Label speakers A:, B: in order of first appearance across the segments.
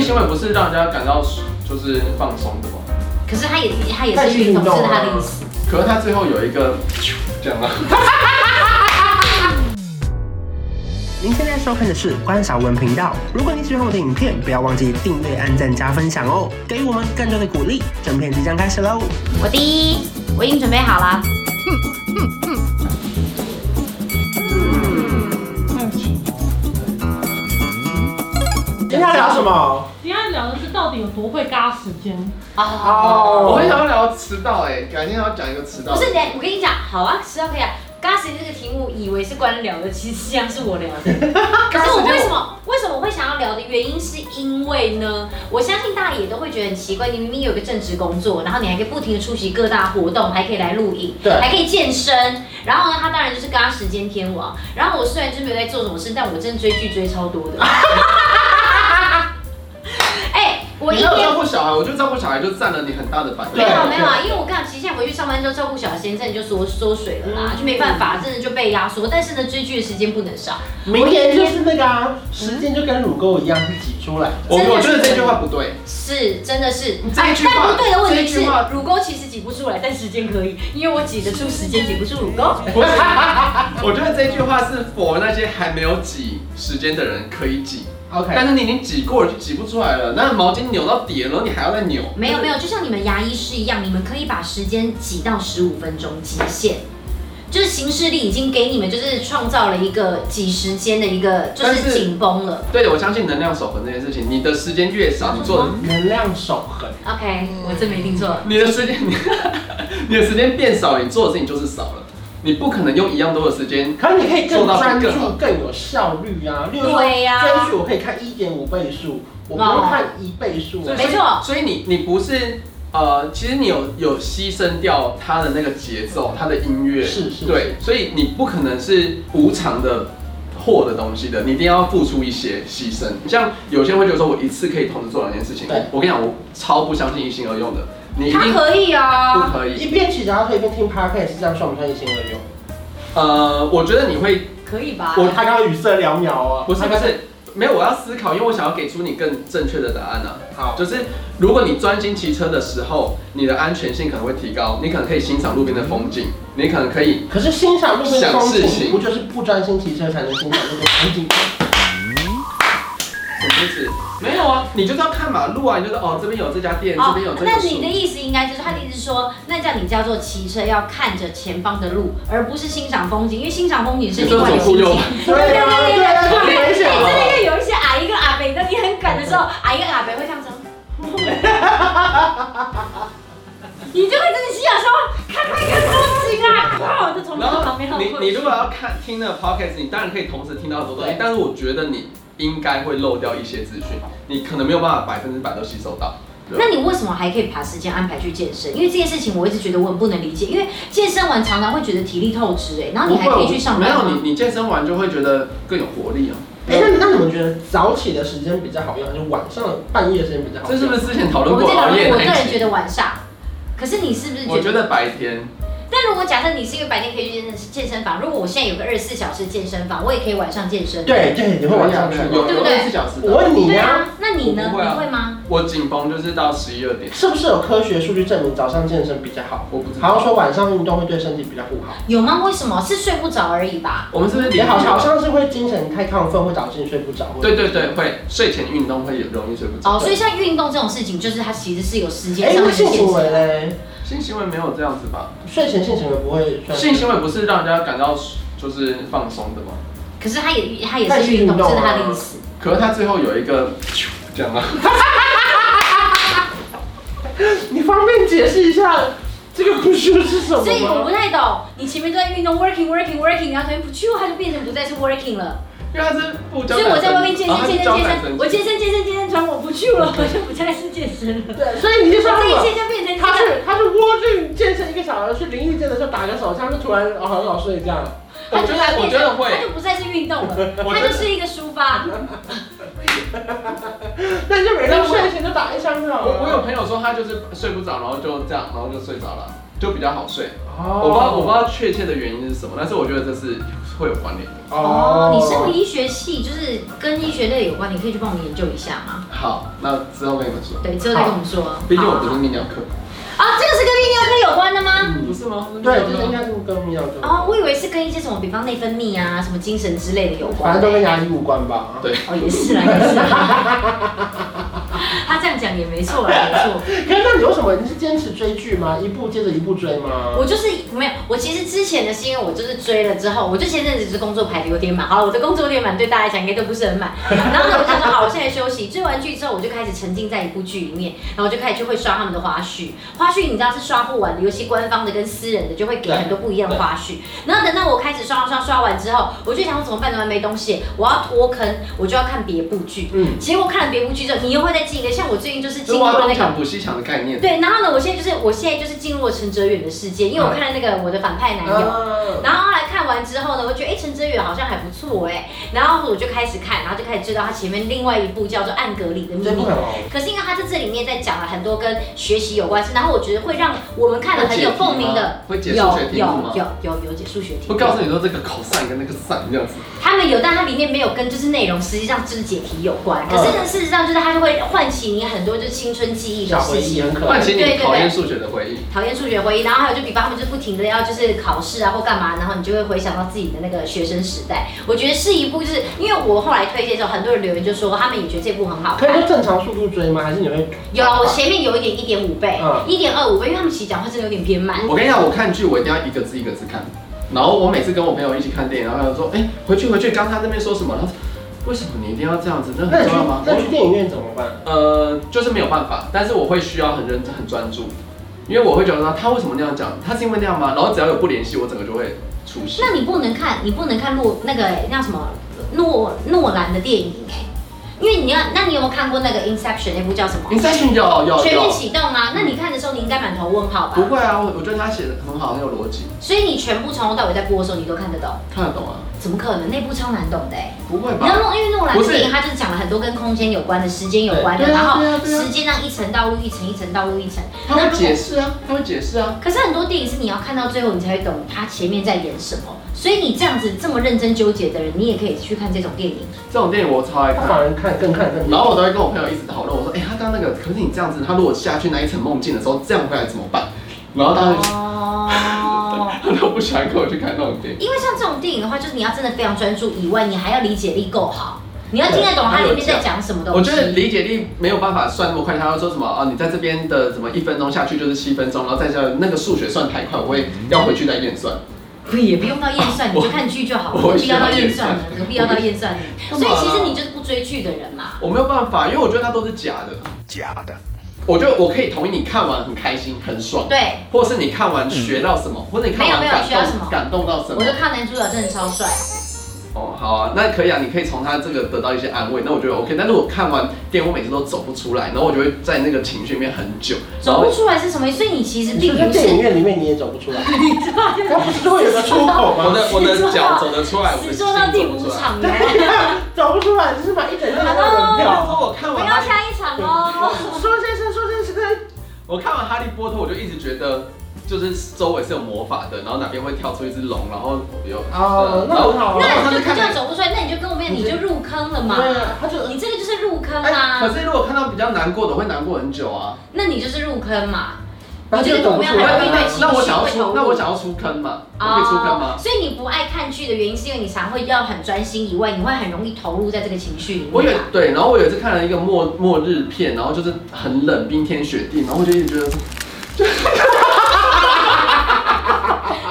A: 行为不是让人家感到就是放松的吗？
B: 可是他也他也
C: 他也
B: 是
C: 是
B: 运动，
C: 运动
B: 是
C: 啊
B: 他的意思。
A: 可是他最后有一个这样啊，
C: 您现在收看的是关少文频道。如果你喜欢我的影片，不要忘记订阅、按赞、加分享哦，给予我们更多的鼓励。整片即将开始喽！
B: 我第一，我已经准备好 了。
C: 今天要聊什么？
D: 今天聊的是到底有多会嘎时间，
B: 哦，
A: 我很想要聊迟到哎、改天要讲一个迟到
B: 不。是你，我跟你讲，好啊，迟到可以啊。刚才这个题目以为是官聊的，其实实际上是我聊的。可是我为什么为什么会想要聊的原因，是因为呢，我相信大家也都会觉得很奇怪，你明明有一个正职工作，然后你还可以不停的出席各大活动，还可以来录影，
C: 对
B: 还可以健身，然后呢，他当然就是嘎时间天王。然后我虽然就是没有在做什么事，但我真的追剧追超多的。哎、我一
A: 你没有
B: 天
A: 照顾小孩，我觉得照顾小孩就占了你很大的版
B: 没
A: 面。
B: 有没有啊，因为我刚好其实现在回去上班之后照顾小孩时间真的就缩缩水了啦，就没办法，真的就被压缩。但是呢，追剧的时间不能少。
C: 明年就是那个啊，时间就跟乳沟一样是挤出来的。
A: 我我觉得这句话不对，
B: 是，真的是。
A: 这一句话
B: 哎但不对的问题
A: 这一
B: 是
A: 句话，
B: 乳沟其实挤不出来，但时间可以，因为我挤得出时间，挤不出乳沟。
A: 不是。我觉得这句话是否那些还没有挤时间的人可以挤，但
C: OK，
A: 是你已经挤过了，就挤不出来了。那毛巾扭到底了，然后你还要再扭。
B: 没有没有，就像你们牙医师一样，你们可以把时间挤到十五分钟极限。就是行事力已经给你们，就是创造了一个挤时间的一个，就
A: 但是
B: 是紧绷了。
A: 对，我相信能量守恒这件事情，你的时间越少，你做的
C: 能量守恒。
B: OK，我真没听错。
A: 你的时间， 你你的时间变少，你做的事情就是少了，你不可能用一样多的时间。
C: 可是你可以更
A: 做到
C: 专注
A: 更好、
C: 更有效率啊。例如说
B: 对呀哦
C: 追剧我可以看一点五倍数，我不用看一倍数。啊
A: 所以
B: 没错
A: 所以你你不是呃，其实你有有牺牲掉他的那个节奏，他的音乐
C: 是是
A: 对，所以你不可能是无偿的。获的东西的，你一定要付出一些牺牲。像有些人会觉得说，我一次可以同时做两件事情
C: 对。
A: 我跟你讲，我超不相信一心二用的，你一
B: 他
A: 定
B: 可以啊。
A: 不可以。
C: 一边骑脚踏车一边听 podcast，这样算不算一心二用？
A: 呃，我觉得你会
B: 可以吧？
C: 我他刚刚语塞寥寥啊，
A: 不是
C: 他
A: 不
C: 刚
A: 是，没有，我要思考，因为我想要给出你更正确的答案啊。
C: 好，
A: 就是如果你专心骑车的时候，你的安全性可能会提高，你可能可以欣赏路边的风景，你可能可以。
C: 可是欣赏路边
A: 想
C: 风
A: 事情
C: 景，不就是不专心骑车才能欣赏路边风景？
A: 什么意思？没有啊，你就是要看马路啊，你就是哦，这边有这家店，这边有这个
B: 那你的
A: 树。
B: 意思应该就是他的意思是说，那叫你叫做骑车要看着前方的路，而不是欣赏风景，因为欣赏风景是
A: 你
B: 另
A: 说
B: 外
A: 左
B: 的
A: 顾
B: 心
A: 右
B: 情。
A: 盼，
C: 对啊，对啊，这很危
B: 对，
C: 险
B: 真
C: 啊。
B: 的又有一些阿姨跟阿伯，当你很赶的时候，阿姨跟阿伯会这样子。你就会真的心想说，看看一个风景啊，靠，就从你
A: 然后
B: 旁边很
A: 你你如果要看听那个 podcast，你当然可以同时听到很多东西
C: 对，
A: 但是我觉得你应该会漏掉一些资讯，你可能没有办法百分之百都吸收到。
B: 那你为什么还可以把时间安排去健身？因为这件事情我一直觉得我很不能理解，因为健身完常常会觉得体力透支哎，然后你还可以去上班
A: 没有
B: 吗？
A: 你，你健身完就会觉得更有活力啊。
C: 哎，那那你们觉得早起的时间比较好用，还是晚上的半夜的时间比较好
A: 这
C: 用？
A: 是不是之前讨
B: 哦我们
A: 论过
B: 这
A: 熬
B: 个
A: 夜
B: 我个
A: 那一
B: 人觉
A: 集？
B: 得晚上，可是你是不是觉得？
A: 我觉得白天，
B: 但如果假设你是一个白天可以去健身健身房，如果我现在有个二十四小时健身房，我也可以晚上健身。，
A: 啊
C: 对对，你会晚上去
A: 有
C: 吗？
B: 对
A: 有
B: 不对
A: 二四小时
C: 我
A: 的。
C: 问你
B: 对
C: 呢，
B: 啊。那你呢？
A: 我不会啊
B: 你会吗？
A: 我紧绷就是到十一二点，
C: 是不是有科学数据证明早上健身比较好？
A: 我不知
C: 好像
A: 道。
C: 说晚上运动会对身体比较不好。
B: 有吗？为什么？是睡不着而已吧。
A: 我们是不是
C: 也
A: 零
C: 好，好像是会精神太亢奋，会导致你睡不着。或者
A: 对对对，。会睡前运动会容易睡不
B: 哦，
A: 着。
B: 所以像运动这种事情，就是它其实是有时间
C: 哎，
B: 上
C: 那
B: 面的
C: 性
B: 限
C: 行为
B: 制。
C: 嘞？
A: 性行为没有这样子吧？
C: 睡前性行为不会算
A: 性行为不是让人家感到就是放松的吗？
B: 可是它也它也
C: 那
B: 是
C: 是
B: 运动，
C: 运动
B: 这
C: 啊
B: 是它的意思。
A: 可是他最后有一个这样啊，
C: 你方便解释一下这个不是是什
B: 所以我
C: 么
B: 不
C: 吗？
B: 太懂，你前面都在运动 working working working，然后突然不去，它就变成不再是 working 了。
A: 因为他是不交
B: 所以我
A: 感神经。
B: 在外面健
A: 哦
B: 身
A: 他是
B: 健身
A: 交
B: 健
A: 感
B: 身，
A: 神
B: 我
A: 经
B: 健身健身健身，转我不去了，我就不再是健身了。
C: 对，所以你就说
B: 这一
C: 他
B: 切就变成
C: 他
B: 这个，
C: 是他是窝着健身一个小时，去淋浴间的时候打个手枪，就突然哦很好睡这样。
A: 我觉得我觉得
B: 它
A: 会，
B: 就不再是运动了，
A: 我
B: 它
A: 觉得
B: 就是一个抒发。
C: 那你就每天睡前就打一枪就好了。
A: 我我有朋友说他就是睡不着，然后就这样，然后就睡着了，就比较好睡。
C: 哦
A: 我不知道，我不知道确切的原因是什么，但是我觉得这是会有关联的。
B: 哦，你是个医学系，就是跟医学类有关，你可以去帮我们研究一下嘛。
A: 好，那之后跟你们说。
B: 对，之后再跟我们说。
A: 毕竟我不
B: 好
A: 是
B: 好
A: 泌尿科，
B: 好啊，这个是跟泌尿科有关的吗？
A: 不是吗？
C: 对，就
A: 啊
C: 是应该是跟泌尿科，
B: 哦，我以为是跟一些什么，比方内分泌啊、什么精神之类的有
C: 反
B: 关。
C: 正都跟牙医无关吧。
A: 对，
B: 哦，也是啦，也是啦。 他这样讲也没错啦，没错。
C: 可是那你为什么你是坚持追剧吗？一部接着一部追吗？
B: 我就是没有，我其实之前的是因为我就是追了之后，我就前阵子就是工作排的有点满，好了，我的工作有点满，对大家来讲应该都不是很满。然后呢，我就想说好，我现在休息，追完剧之后，我就开始沉浸在一部剧里面，然后我就开始就会刷他们的花絮，花絮你知道是刷不完的，尤其官方的跟私人的就会给很多不一样的花絮。然后等到我开始刷刷刷完之后，我就想说怎么办？怎么办没东西？我要脱坑，我就要看别部剧。
C: 嗯
B: 结果看了别部剧之后，你又会再进一个，像我最近就是
A: 就
B: 进
A: 是
B: 入
A: 挖
B: 了那
A: 东
B: 个
A: 墙补西墙的概念。
B: 对，然后呢，我现在就是我现在就是进入了陈哲远的世界，因为
A: 嗯
B: 我看了那个我的反派男友。
C: 啊，
B: 然后后来看完之后呢，我觉得哎，陈哲远好像还不错哎，然后我就开始看，然后就开始知道他前面另外一部叫做《暗格里的秘
C: 这
B: 密
C: 部》。很红。
B: 可是因为他在这里面在讲了很多跟学习有关系，然后我觉得会让我们看了很有共鸣的，
A: 会解
B: 有
A: 题吗会解数学题
B: 有
A: 目吗
B: 有有有解数学题
A: 会，告诉你说这个口散跟那个散这样子。
B: 他们有，但它里面没有跟就是内容实际上就是解题有关。可是
A: 嗯
B: 呢，事实上就是它就会唤起你很多就是青春记忆的
C: 小回
B: 事情
C: 忆。很可
A: 唤
C: 爱，
A: 起你讨厌数学的回忆。
B: 讨厌数学回忆，然后还有就比方他们就不停的要就是考试啊或干嘛，然后你就会回想到自己的那个学生时代。我觉得是一部就是因为我后来推荐的时候，很多人留言就说他们也觉得这部很好
C: 可以
B: 看。
C: 说正常速度追吗？还是你会啊
B: 有前面有一点一点五倍
C: 嗯，
B: 一点二五倍，因为他们其实讲话真的有点偏慢。
A: 我跟你讲，我看剧我一定要一个字一个字看。然后我每次跟我朋友一起看电影，然后他就说：“哎、回去回去，刚刚他那边说什么？”然后为什么你一定要这样子？那
C: 那
A: 很
C: 你
A: 重
C: 去
A: 要吗？
C: 那去电影院怎么办？
A: 呃，就是没有办法，但是我会需要很认真、很专注，因为我会觉得说他为什么那样讲？他是因为那样吗？然后只要有不联系，我整个就会出戏。
B: 那你不能看，你不能看诺那个那叫什么诺诺兰的电影哎、因为你要，那你有没有看过那个《Inception》那部叫什么
A: 你？再去有有
B: 全面
A: 有，
B: 启动啊？那你看的时候，你应该满头问号吧
A: 不？会啊，我我觉得他写的很好，很有逻辑，
B: 所以你全部从头到尾在播的时候，你都看得懂？
A: 看得懂啊，
B: 怎么可能？那部超难懂的哎、
A: 不会
B: 然
A: 吧？
B: 后诺，因为诺兰
A: 不
B: 的
A: 是
B: 电影，它就是讲了很多跟空间有关的、时间有关的，
C: 对对啊
B: 然后
C: 对啊对啊
B: 时间让一层道路一层一层道路一层。
A: 他
B: 那
A: 会
B: 如果
A: 解释啊，他会解释啊。
B: 可是很多电影是你要看到最后，你才会懂它前面在演什么。所以你这样子这么认真纠结的人，你也可以去看这种电影。
A: 这种电影我超爱
C: 他
A: 看。
C: 反而看更看更
A: 然后我都会跟我朋友一直讨论，我说，哎、他刚刚那个，可是你这样子，他如果下去那一层梦境的时候，这样回来怎么办？然后他就、
B: 哦。
A: 他都不喜欢跟我去看那种电影。
B: 因为像这种电影的话，就是你要真的非常专注以外，你还要理解力够好，你要听得懂它里面在讲什么
A: 我
B: 东西
A: 觉。得理解力没有办法算那么快，他会说什么啊？你在这边的什么一分钟下去就是七分钟，然后再加上那个数学算太快，我会要回去再验算。
B: 不也不用到验算，你就看剧就好了，
A: 我
B: 何必要到验算呢？何必要到验算呢？
A: 我
B: 所以其实你就是不追剧的人嘛。
A: 我没有办法，因为我觉得那都是假的，
C: 假的。
A: 我觉得我可以同意你看完很开心很爽，
B: 对，
A: 或者是你看完学到什么，或者你看完
B: 没有没有
A: 感
B: 学到什么
A: 动感动到什么
B: 我就。看男主角真的超帅，
A: 哦，好啊，那可以啊，你可以从他这个得到一些安慰，那我觉得 OK。但是我看完电影，我每次都走不出来，然后我就会在那个情绪里面很久，然
B: 走
A: 后
B: 不出来是什么意思？所以你其实
C: 你
B: 并
C: 就在
B: 不
C: 电影
B: 是。
C: 院里面你也走不出来，那不是都会有个出口
A: 我
C: 吗？
A: 的我的脚走得出来，我的
B: 只
A: 心
B: 说到
A: 走
B: 第
A: 不出
B: 五
A: 来。
B: 场了，
C: 走不出来，就是买一整张的门
A: 那时
C: 票。
A: 候我看
B: 我
A: 完
B: 要
A: 哈，
B: 下一场哦。
C: 说先生，说先生，
A: 我看完《哈利波特》，我就一直觉得。就是周围是有魔法的，然后哪边会跳出一只龙，然后有
C: 哦
A: 呃
C: 那很好啊
A: 然
B: 那
A: 后他
B: 你
A: 就
B: 就
A: 看
B: 不叫走不出来，那你就跟我们一样，你就入坑了嘛。
C: 对啊，他就
B: 你这个就是入坑
A: 哎可
B: 啊，
A: 是如果看到比较难过的，会难过很久啊。
B: 那你就是入坑嘛。
C: 他就走不出
A: 那
B: 对
A: 那
B: 因为
C: 来
A: 那。那我想要
B: 情绪会投
A: 出
B: 入，
A: 那我想要出坑嘛，我可以出坑吗
B: 哦？所以你不爱看剧的原因，是因为你常会要很专心，以外你会很容易投入在这个情绪里
A: 我有
B: 面啊吧。
A: 对，然后我有一次看了一个末末日片，然后就是很冷，冰天雪地，然后我就一直觉得说，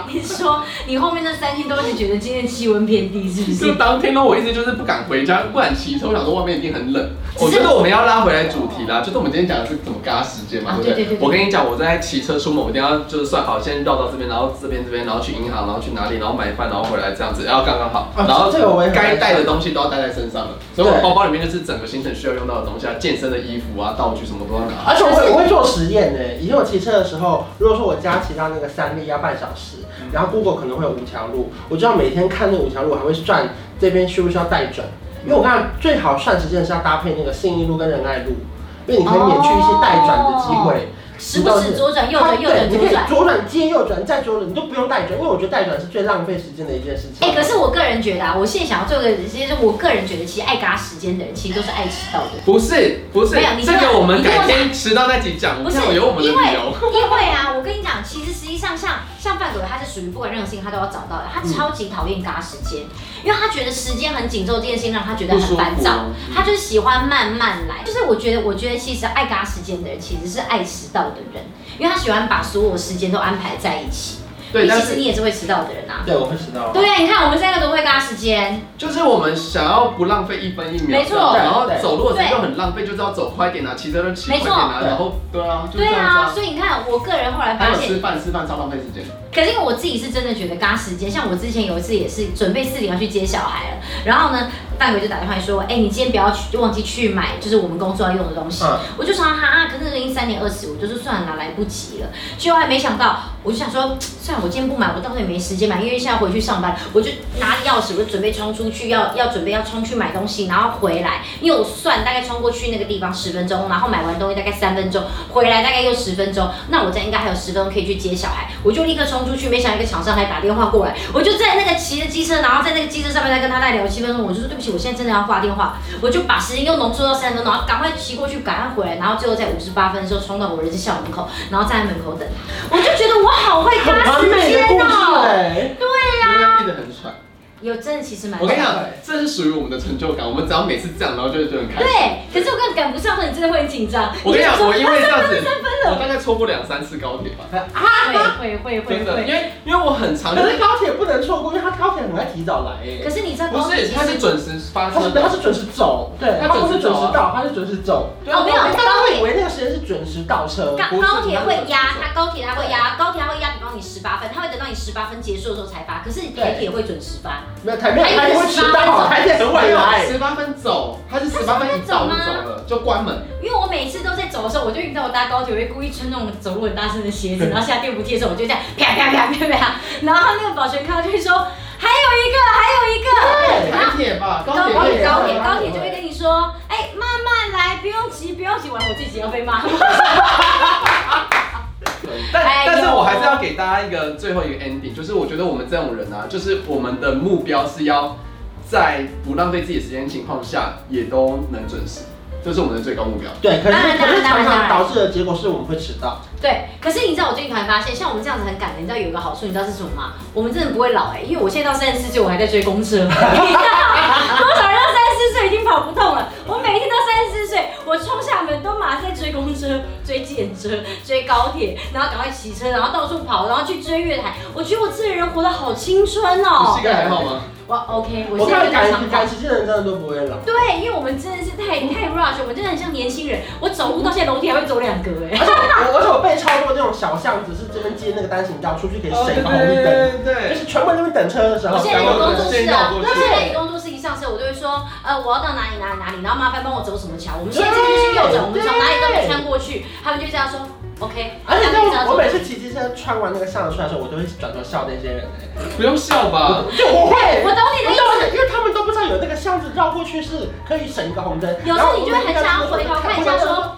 B: 你说你后面那三天都是觉得今天气温偏低，是不？
A: 就是当天呢，我一直就是不敢回家，不敢骑车，我想说外面一定很冷。我
B: 只是
A: 觉得我们要拉回来主题啦，就是我们今天讲的是怎么嘎时间
B: 啊，
A: 嘛对不
B: 对对
A: 对
B: 对？对
A: 我跟你讲，我在骑车出门，我一定要就是算好，先绕到这边，然后这边这边，然后去银行，然后去哪里，然后买饭，然后回来这样子，要刚刚好。
C: 啊
A: 然后
C: 这个我也很
A: 该带的东西都要带在身上了，所以
C: 对
A: 我包包里面就是整个行程需要用到的东西啊，健身的衣服啊、道具什么都要拿。
C: 而且我会我会做实验呢。以前我骑车的时候，如果说我家骑到那个三立要半小时，然后 Google 可能会有五条路，我就要每天看那五条路，我还会算这边需不需要带转。因为我刚才最好算时间是要搭配那个信义路跟仁爱路，因为你可以免去一些带转的机会。
B: 哦时不时左转右
C: 它
B: 转右
C: 对，
B: 转
C: 你
B: 左
C: 可以
B: 转。
C: 左转接右转再左转，你都不用带转，因为我觉得带转是最浪费时间的一件事情。
B: 哎、可是我个人觉得啊，我现在想要做个，其实我个人觉得，其实爱嘎时间的人，其实都是爱迟到的。
A: 不是不是
B: 没有你，
A: 这
B: 跟
A: 个
B: 我
A: 我们
B: 你跟我
A: 改天迟到那集讲，
B: 不是
A: 像有我们的
B: 因为
A: 理由。
B: 因为啊，我跟你讲，其实实际上像像范狗，他是属于不管任何事情他都要找到的，他
A: 嗯
B: 超级讨厌嘎时间，因为他觉得时间很紧凑这件事情让他觉得很烦
A: 不舒服
B: 躁
A: 嗯，
B: 他就是喜欢慢慢来。就是我觉得，我觉得其实爱嘎时间的人其实是爱迟到的人，因为他喜欢把所有时间都安排在一起。
A: 对，
B: 你
A: 但
B: 其实
A: 是
B: 你也是会迟到的人啊。
C: 对，我会迟到。
B: 对啊，你看我们三个都会嘎时间，
A: 就是我们想要不浪费一分一秒，
B: 没错
A: 然后
C: 对
A: 走路的时候
B: 对
A: 就很浪费，就是要走快点啊，骑车就骑快点
B: 没
A: 啊，
C: 错
A: 然后对啊，就这
B: 对
A: 样
B: 啊，
A: 子啊。
B: 所以你看，我个人后来
A: 还
B: 发
A: 有
B: 现，
A: 吃饭，吃饭超浪费时间。
B: 可是因为我自己是真的觉得赶时间，像我之前有一次也是准备四点要去接小孩了，然后呢，大鬼就打电话说，哎、你今天不要去忘记去买，就是我们工作要用的东西。
C: 嗯
B: 我就想哈、啊，可是已经三点二十，我就说算了啦，来不及了。结果还没想到，我就想说，算了，我今天不买，我到时候也没时间买，因为现在回去上班，我就拿着钥匙，我就准备冲出去，要要准备要冲去买东西，然后回来，因为我算大概冲过去那个地方十分钟，然后买完东西大概三分钟，回来大概又十分钟，那我这样应该还有十分钟可以去接小孩，我就立刻冲出去，没想到一个厂商还打电话过来，我就在那个骑着机车，然后在那个机车上面再跟他再聊七分钟，我就说对不起，我现在真的要挂电话，我就把时间又浓缩到三分钟，然后赶快骑过去，赶快回来，然后最后在五十八分的时候冲到我儿子校门口，然后站在门口等他，我就觉得我好会
C: 很
B: 搭
C: 完
B: 时
C: 美的
B: 间
C: 故事
B: 哦，
C: 哎，
A: 因
B: 啊
A: 为变得很喘。
B: 有真的其实蛮
A: 我跟你
B: 爽
A: 讲
B: 的，
A: 这是属于我们的成就感。我们只要每次这样，然后就会觉得很开心。
B: 对，可是我根本赶不上，所以你真的会很紧张。
A: 我跟你讲，我因为这样子，
B: 了
A: 我大概错过两三次高铁吧，
B: 会会会会
A: 真的，
B: 会。
A: 因为因为我很常就
C: 可
A: 是
C: 是高铁不能错过，因为他高铁很爱提早来
B: 可
C: 哎。
B: 是你知道
A: 不
B: 高铁
A: 是，
B: 其
A: 他是
B: 实
A: 准时发
C: 他
A: 车
C: 是他
A: 的，
C: 是准时走，对，
A: 他
C: 他
A: 准
C: 不
A: 时
C: 是准
A: 走啊
C: 时到，他是准时走。
A: 对啊
B: 哦没有
C: 大家会以为那个时间是准时到车，
B: 高
A: 不是
B: 高铁会
A: 他
B: 压
A: 是，
B: 它高铁它会压，高铁它会压，比方你十八分，它会等到你十八分结束的时候才发，可是台铁会准时发。
C: 没有台没有台铁会迟到，啊台铁很晚来。
A: 啊十八分走，他是十八分一到就走了，就关门。
B: 因为我每次都在走的时候，我就遇到我搭高铁，我会故意穿那种走路很大声的鞋子，然后下电扶梯的时候，我就这样啪啪啪啪啪，然后那个保全看到就会说还有一个，还有一个。
A: 台铁吧，高
B: 啊高
A: 铁
B: 铁
A: 会
B: 高
C: 高
B: 铁
C: 铁
B: 高铁就会跟你说，哎，慢慢来，不用急，不用急，完我自己要被骂。
A: 但
B: 哎呦
A: 但是我还是要给大家一个最后一个 ending，就是我觉得我们这种人啊，就是我们的目标是要在不浪费自己的时间情况下，也都能准时，这是我们的最高目标。
C: 对，可是
B: 当然
C: 可是
B: 当然当
C: 常
B: 然
C: 常导致的结果是我们会迟到。
B: 对，可是你知道我最近突然发现，像我们这样子很赶的，你知道有一个好处，你知道是什么吗？我们真的不会老哎、因为我现在到三十四岁，我还在追公 车。多少人到三十四岁已经跑不动了？我每一天到三十四岁，我冲下门都马上在追公车、追电车、追高铁，然后赶快骑车，然后到处跑，然后去追月台。我觉得我这个人活得好青春
A: 你
B: 哦
A: 膝！盖还好吗？
B: 我 OK，我
C: 我
B: 现在
C: 看
B: 就在想
C: 赶赶时间的人真的都不会老。
B: 对，因为我们真的是太太 rush，我们真的很像年轻人。我走路到现在楼梯还会走两格哎、
C: 而且 我而且我被超多那种小巷子，是这边接那个单行道出去可以省一个红绿灯，
A: 哦对对
C: 就是全部在那边等车的时候
B: 我。现在有工作室啊，我现在有工作室一上车，我就会说，呃，我要到哪里哪里哪里，然后麻烦帮我走什么桥。我们现在这边是右转，我们从哪里都没穿过去，他们就这样说，OK。
C: 而且
B: 他们就这样
C: 那我
B: 说
C: 每次骑机车穿完那个巷子出来的时候，我都会转头笑那些人。欸
A: 不用笑吧？
C: 就我会，
B: 啊我懂你的意思。
C: 我因为他们都不知道有那个巷子绕过去是可以省一个红灯。
B: 有时候你就会很想要回头看一下，说，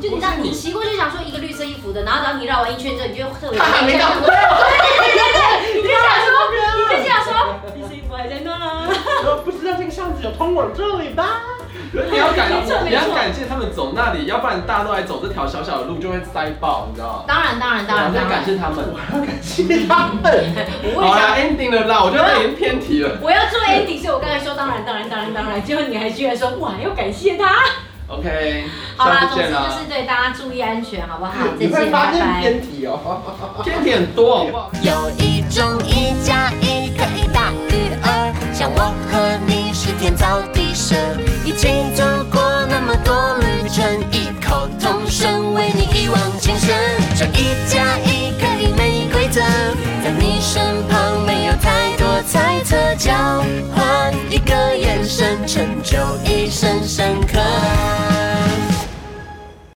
B: 就你知道
A: 不是你
B: 你骑过去想说一个绿色衣服的，然后然后你绕完一圈之后，你就会特别
A: 他还没到
B: 对对对对，你就
C: 哎
B: 想说，你就想说，绿色衣服还在那。
C: 啊我不知道这个巷子有通往这里 吧？
B: 啊
A: 你要感
B: 没错哎没错
A: 你要感谢他们走那里，要不然大家都来走这条小小的路就会塞爆，你知道吗？
B: 当然当然当然啊
A: 我要
B: 当
A: 感
B: 然，
A: 谢他们。
C: 其实他们
B: 我
A: 好
B: 会想
A: 啦，ending 了啦，我觉得有点偏题了。
B: 我要做 ending，所以我刚才说当然当然当然当然，结果你还居然说哇要感谢他。
A: OK，
B: 好啦，
A: 下
B: 总
A: 次
B: 之就是
A: 见啦。
B: 对大家注意安全，好不好？再
C: 你会
B: 见，
C: 发
B: 拜
C: 现
B: 拜。
C: 偏题哦。
A: 偏题很多，好不好？
E: 有一种一加一可以大于二，像我和你是天造地设，一起走过那么多旅程，异口同声为你一往情深。这一加一可以没规则，在你身旁没有太多猜测，交换一个眼神，成就一生深刻。